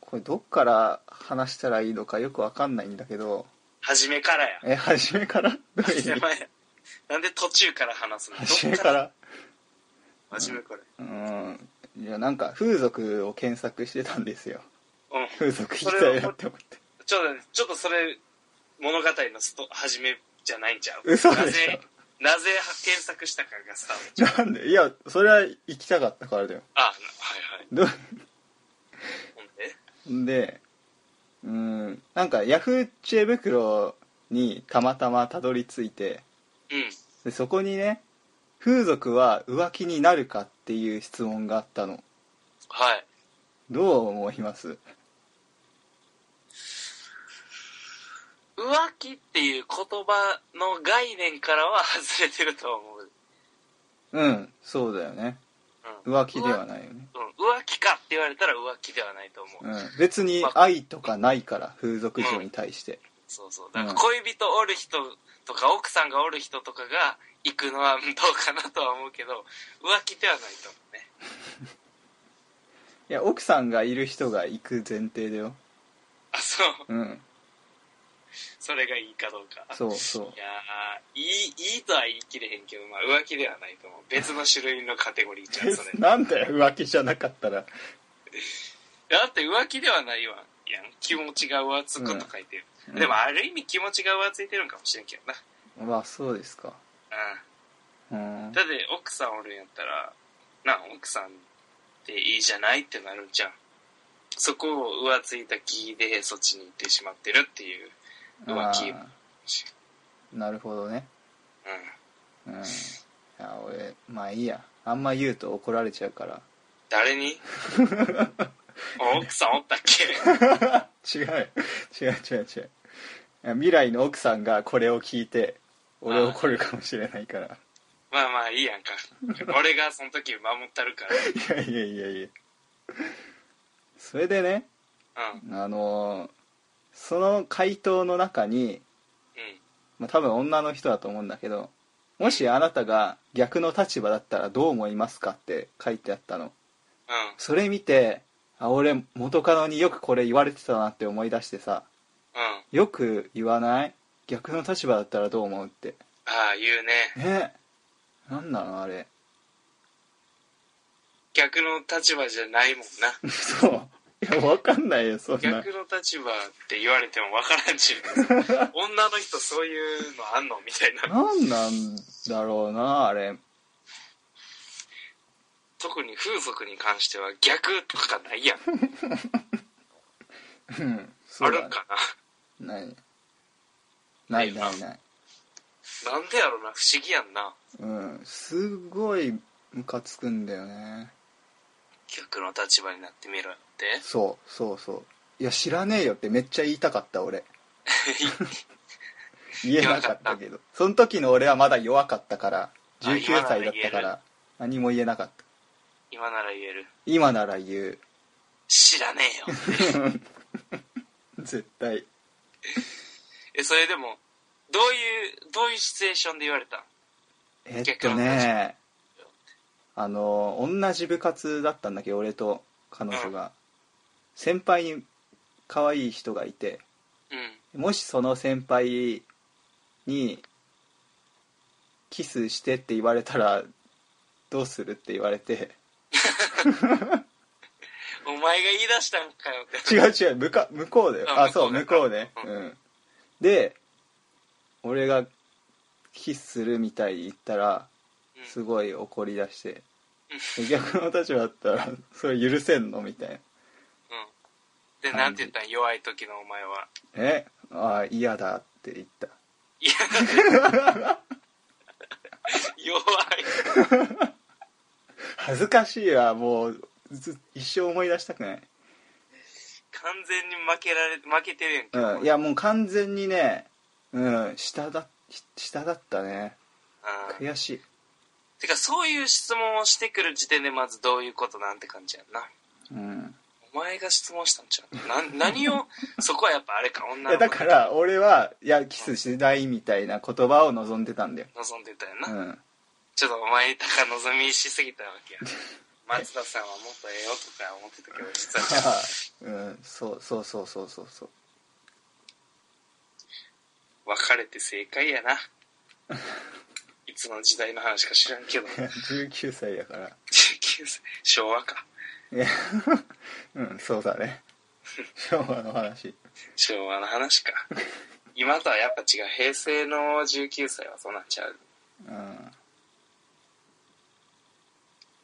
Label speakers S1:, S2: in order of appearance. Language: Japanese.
S1: これどっから話したらいいのかよくわかんないんだけど
S2: 初めか らや。
S1: え初めからどういう意
S2: や
S1: 味
S2: ばいなんで途中から話すの
S1: 初めから
S2: どっ初めから。
S1: うんいやなんか風俗を検索してたんですよ
S2: うん。
S1: 風俗行きたいなって思って
S2: ちょっとね、ちょっとそれ、物語のスト初めじゃないんちゃう
S1: 嘘でしょ
S2: なぜ、なぜ検索したかがさ、
S1: なんでいやそれは行きたかったからだよ
S2: あ、はいはい。
S1: ど
S2: ほんで
S1: でうんなんかヤフー知恵袋にたまたまたどり着いて
S2: うん。
S1: でそこにね風俗は浮気になるかっていう質問があったの
S2: はい。
S1: どう思います
S2: 浮気っていう言葉の概念からは外れてると思う。
S1: うんそうだよね
S2: うん。
S1: 浮気ではないよね、
S2: うん、浮気かって言われたら浮気ではないと思う。
S1: うん、別に愛とかないから風俗嬢に対して
S2: そうそう。だから恋人おる人とか奥さんがおる人とかが行くのはどうかなとは思うけど、浮気ではないと思うね。
S1: いや奥さんがいる人が行く前提だよ
S2: あ、そ
S1: う
S2: う。
S1: ん
S2: それがいいかどうか。
S1: そうそう
S2: いやーいい、いいとは言い切れへんけど、まあ浮気ではないと思う。別の種類のカテゴリーじゃん、それ。だ
S1: なんだよ浮気じゃなかったら
S2: って浮気ではないわ。いやん、気持ちが浮つくと書いてる。
S1: うん
S2: でもある意味気持ちが浮ついてるんかもしれんけどな。
S1: まあそうですかうん
S2: うん。だって奥さんおるんやったら、な、奥さんでいいじゃないってなるじゃん。そこを浮ついた気でそっちに行ってしまってるっていう浮気。
S1: あーなるほどね
S2: うん。
S1: うんいや俺まあいいやあんま言うと怒られちゃうから
S2: 誰に奥さんおったっけ
S1: 違う 違う違う違ういや未来の奥さんがこれを聞いて俺怒るかもしれないから
S2: まあまあいいやんか。俺がその時守ったるか
S1: いやいやいやいやそれでね
S2: ら。うん。うん。
S1: あのーその回答の中に、まあ、多分女の人だと思うんだけどもしあなたが逆の立場だったらどう思いますかって書いてあったの
S2: うん。
S1: それ見てあ俺元カノによくこれ言われてたなって思い出してさ
S2: うん。
S1: よく言わない逆の立場だったらどう思うって
S2: ああ、言うね。
S1: えなんなのあれ
S2: 逆の立場じゃないもんな。
S1: そういやわかんないよそんな
S2: 逆の立場って言われてもわか らんし。女の人そういうのあんのみたいな。
S1: なんなんだろうなあれ
S2: 特に風俗に関しては逆とかないやん。
S1: うんそ
S2: あ
S1: うだ
S2: るんか
S1: ないない
S2: な
S1: ないいない
S2: な。 なんでやろな。不思議やんな。
S1: うんすごいムカつくんだよね
S2: 逆の立場になってみろよって。
S1: そうそうそういや知らねえよってめっちゃ言いたかった 俺言えなかったけどその時の俺はまだ弱かったから19歳だったから何も言えなかった
S2: 今なら言える。
S1: 今なら言う
S2: 知らねえよ。
S1: 絶対
S2: え、それでも、どういう、どういうシチュエーションで言われたん
S1: えっとねあの同じ部活だったんだけど俺と彼女が先輩に可愛い人がいて
S2: うん。
S1: もしその先輩にキスしてって言われたらどうするって言われて
S2: お前が言い出したんかよって。
S1: 違う違う向か向こうだよ
S2: あ
S1: あそう
S2: 向
S1: 向
S2: こ
S1: こ
S2: う
S1: う
S2: ね
S1: ね
S2: う
S1: うん、で俺がキスするみたいに言ったら
S2: うん
S1: すごい怒り出して、で逆の立場だったらそれ許せんのみたいな
S2: うん。で、なんて言ったん弱い時のお 前は。
S1: えああ嫌だって言った
S2: いや、弱い。
S1: 恥ずかしいわもうず一生思い出したくない
S2: 完全に負けられ、負けてるやんけ。
S1: うん、いやもう完全にね、うん、下だし下だったね
S2: うん。
S1: 悔しい
S2: てか、そういう質問をしてくる時点でまずどういうことなんて感じやんな。
S1: うん、
S2: お前が質問したんちゃうな 何を、そこはやっぱあれか、
S1: い
S2: 女の
S1: や
S2: 子
S1: だから俺はいやキスしないみたいな言葉を望んでたんだよ、
S2: 望んでたよな。
S1: うん、
S2: ちょっとお前たか望みしすぎたわけや。松田さんはもっとええよとか思ってたけど、実はちゃう。
S1: うんそうそうそうそうそうそう
S2: 別れて正解やないつの時代の話か知らんけど
S1: 19歳やから
S2: 19歳昭和か
S1: いや うんそうだね昭和の話
S2: 昭和の話か今とはやっぱ違う平成の19歳はそうなっちゃう
S1: うん